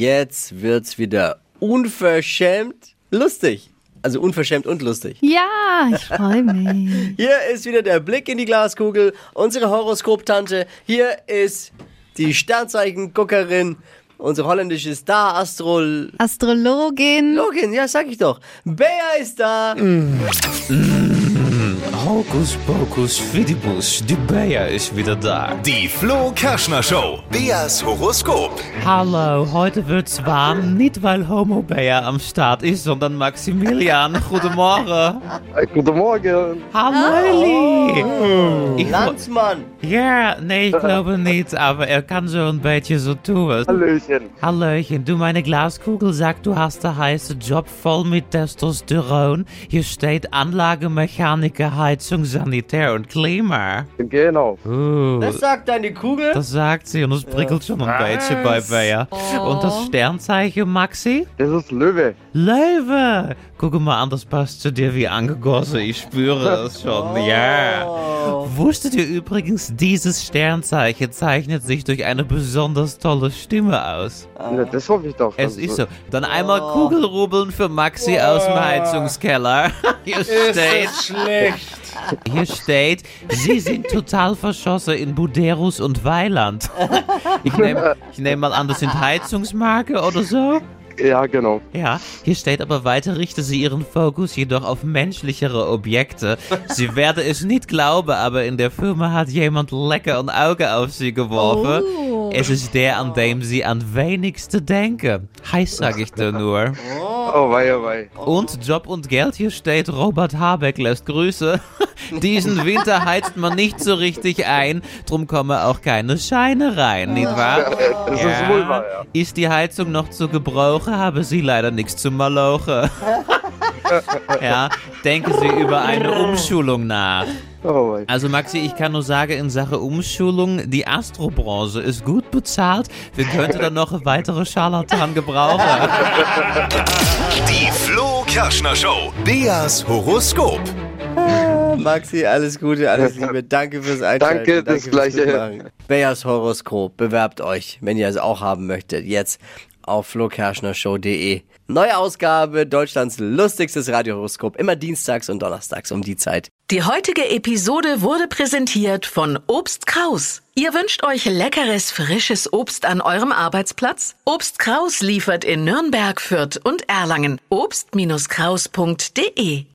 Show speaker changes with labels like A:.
A: Jetzt wird's wieder unverschämt lustig. Also unverschämt und lustig.
B: Ja, ich freue mich.
A: Hier ist wieder der Blick in die Glaskugel, unsere Horoskop-Tante. Hier ist die Sternzeichen-Guckerin, unsere holländische Star-Astrologin.
B: Astrologin.
A: Ja, sag ich doch. Bea ist da.
C: Hocus pocus fidibus, die Bea is wieder da.
D: Die Flo Kerschner Show. Beas Horoskop.
C: Hallo, heute wird's warm. Nicht weil Homo Bea am Start ist, sondern Maximilian. Goedemorgen.
E: Goedemorgen.
C: Hallo, Lee. Ich,
A: Landsmann.
C: ja, nee, ich glaube nicht, aber er kann so ein beetje so tun.
E: Hallöchen.
C: Hallöchen, du meine Glaskugel sagt, du hast einen heißen Job voll mit Testosteron. Hier steht Anlage, Mechaniker, Heizung, Sanitär und Klima.
E: Genau.
C: Oeh.
A: Das sagt deine Kugel.
C: Das sagt sie und es prickelt schon ein bisschen bei Bayer. Und das Sternzeichen, Maxi?
E: Das ist Löwe.
C: Löwe! Guck mal an, das passt zu dir wie angegossen. Ich spüre es schon. Ja. Wusstet ihr übrigens, dieses Sternzeichen zeichnet sich durch eine besonders tolle Stimme aus.
E: Ja, das hoffe ich doch.
C: Es ist so. Dann einmal Kugelrubbeln für Maxi aus dem Heizungskeller. Hier steht,
F: Schlecht.
C: hier steht, sie sind total verschossen in Buderus und Weiland. Ich nehme ich nehm mal an, das sind Heizungsmarken oder so.
E: Ja, genau.
C: Ja, hier steht aber weiter, richte sie ihren Fokus jedoch auf menschlichere Objekte. Sie werde es nicht glauben, aber in der Firma hat jemand lecker ein Auge auf sie geworfen.
B: Oh.
C: Es ist der, an dem sie am wenigsten denken. Heiß sag ich dir nur.
E: Oh, wei, oh, wei.
C: Und Job und Geld, hier steht, Robert Habeck lässt Grüße. Diesen Winter heizt man nicht so richtig ein, drum kommen auch keine Scheine rein, nicht wahr?
E: Das ist wohl wahr, ja.
C: Ist die Heizung noch zu gebrauchen, habe sie leider nichts zu malochen. ja, denken Sie über eine Umschulung nach.
E: Oh, wei.
C: Also Maxi, ich kann nur sagen, in Sache Umschulung, die Astrobranche ist gut bezahlt. Wir könnten da noch weitere Scharlatan gebrauchen.
D: Die Flo Kerschner Show. Beas Horoskop.
A: Maxi, alles Gute, alles Liebe. Danke fürs Einschalten.
E: Danke, das
A: fürs
E: Gleiche.
A: Mitmachen. Beas Horoskop, bewerbt euch, wenn ihr es auch haben möchtet. Jetzt auf flokerschnershow.de. Neue Ausgabe, Deutschlands lustigstes Radiohoroskop. Immer dienstags und donnerstags um die Zeit.
G: Die heutige Episode wurde präsentiert von Obst Kraus. Ihr wünscht euch leckeres, frisches Obst an eurem Arbeitsplatz? Obst Kraus liefert in Nürnberg, Fürth und Erlangen. Obst-Kraus.de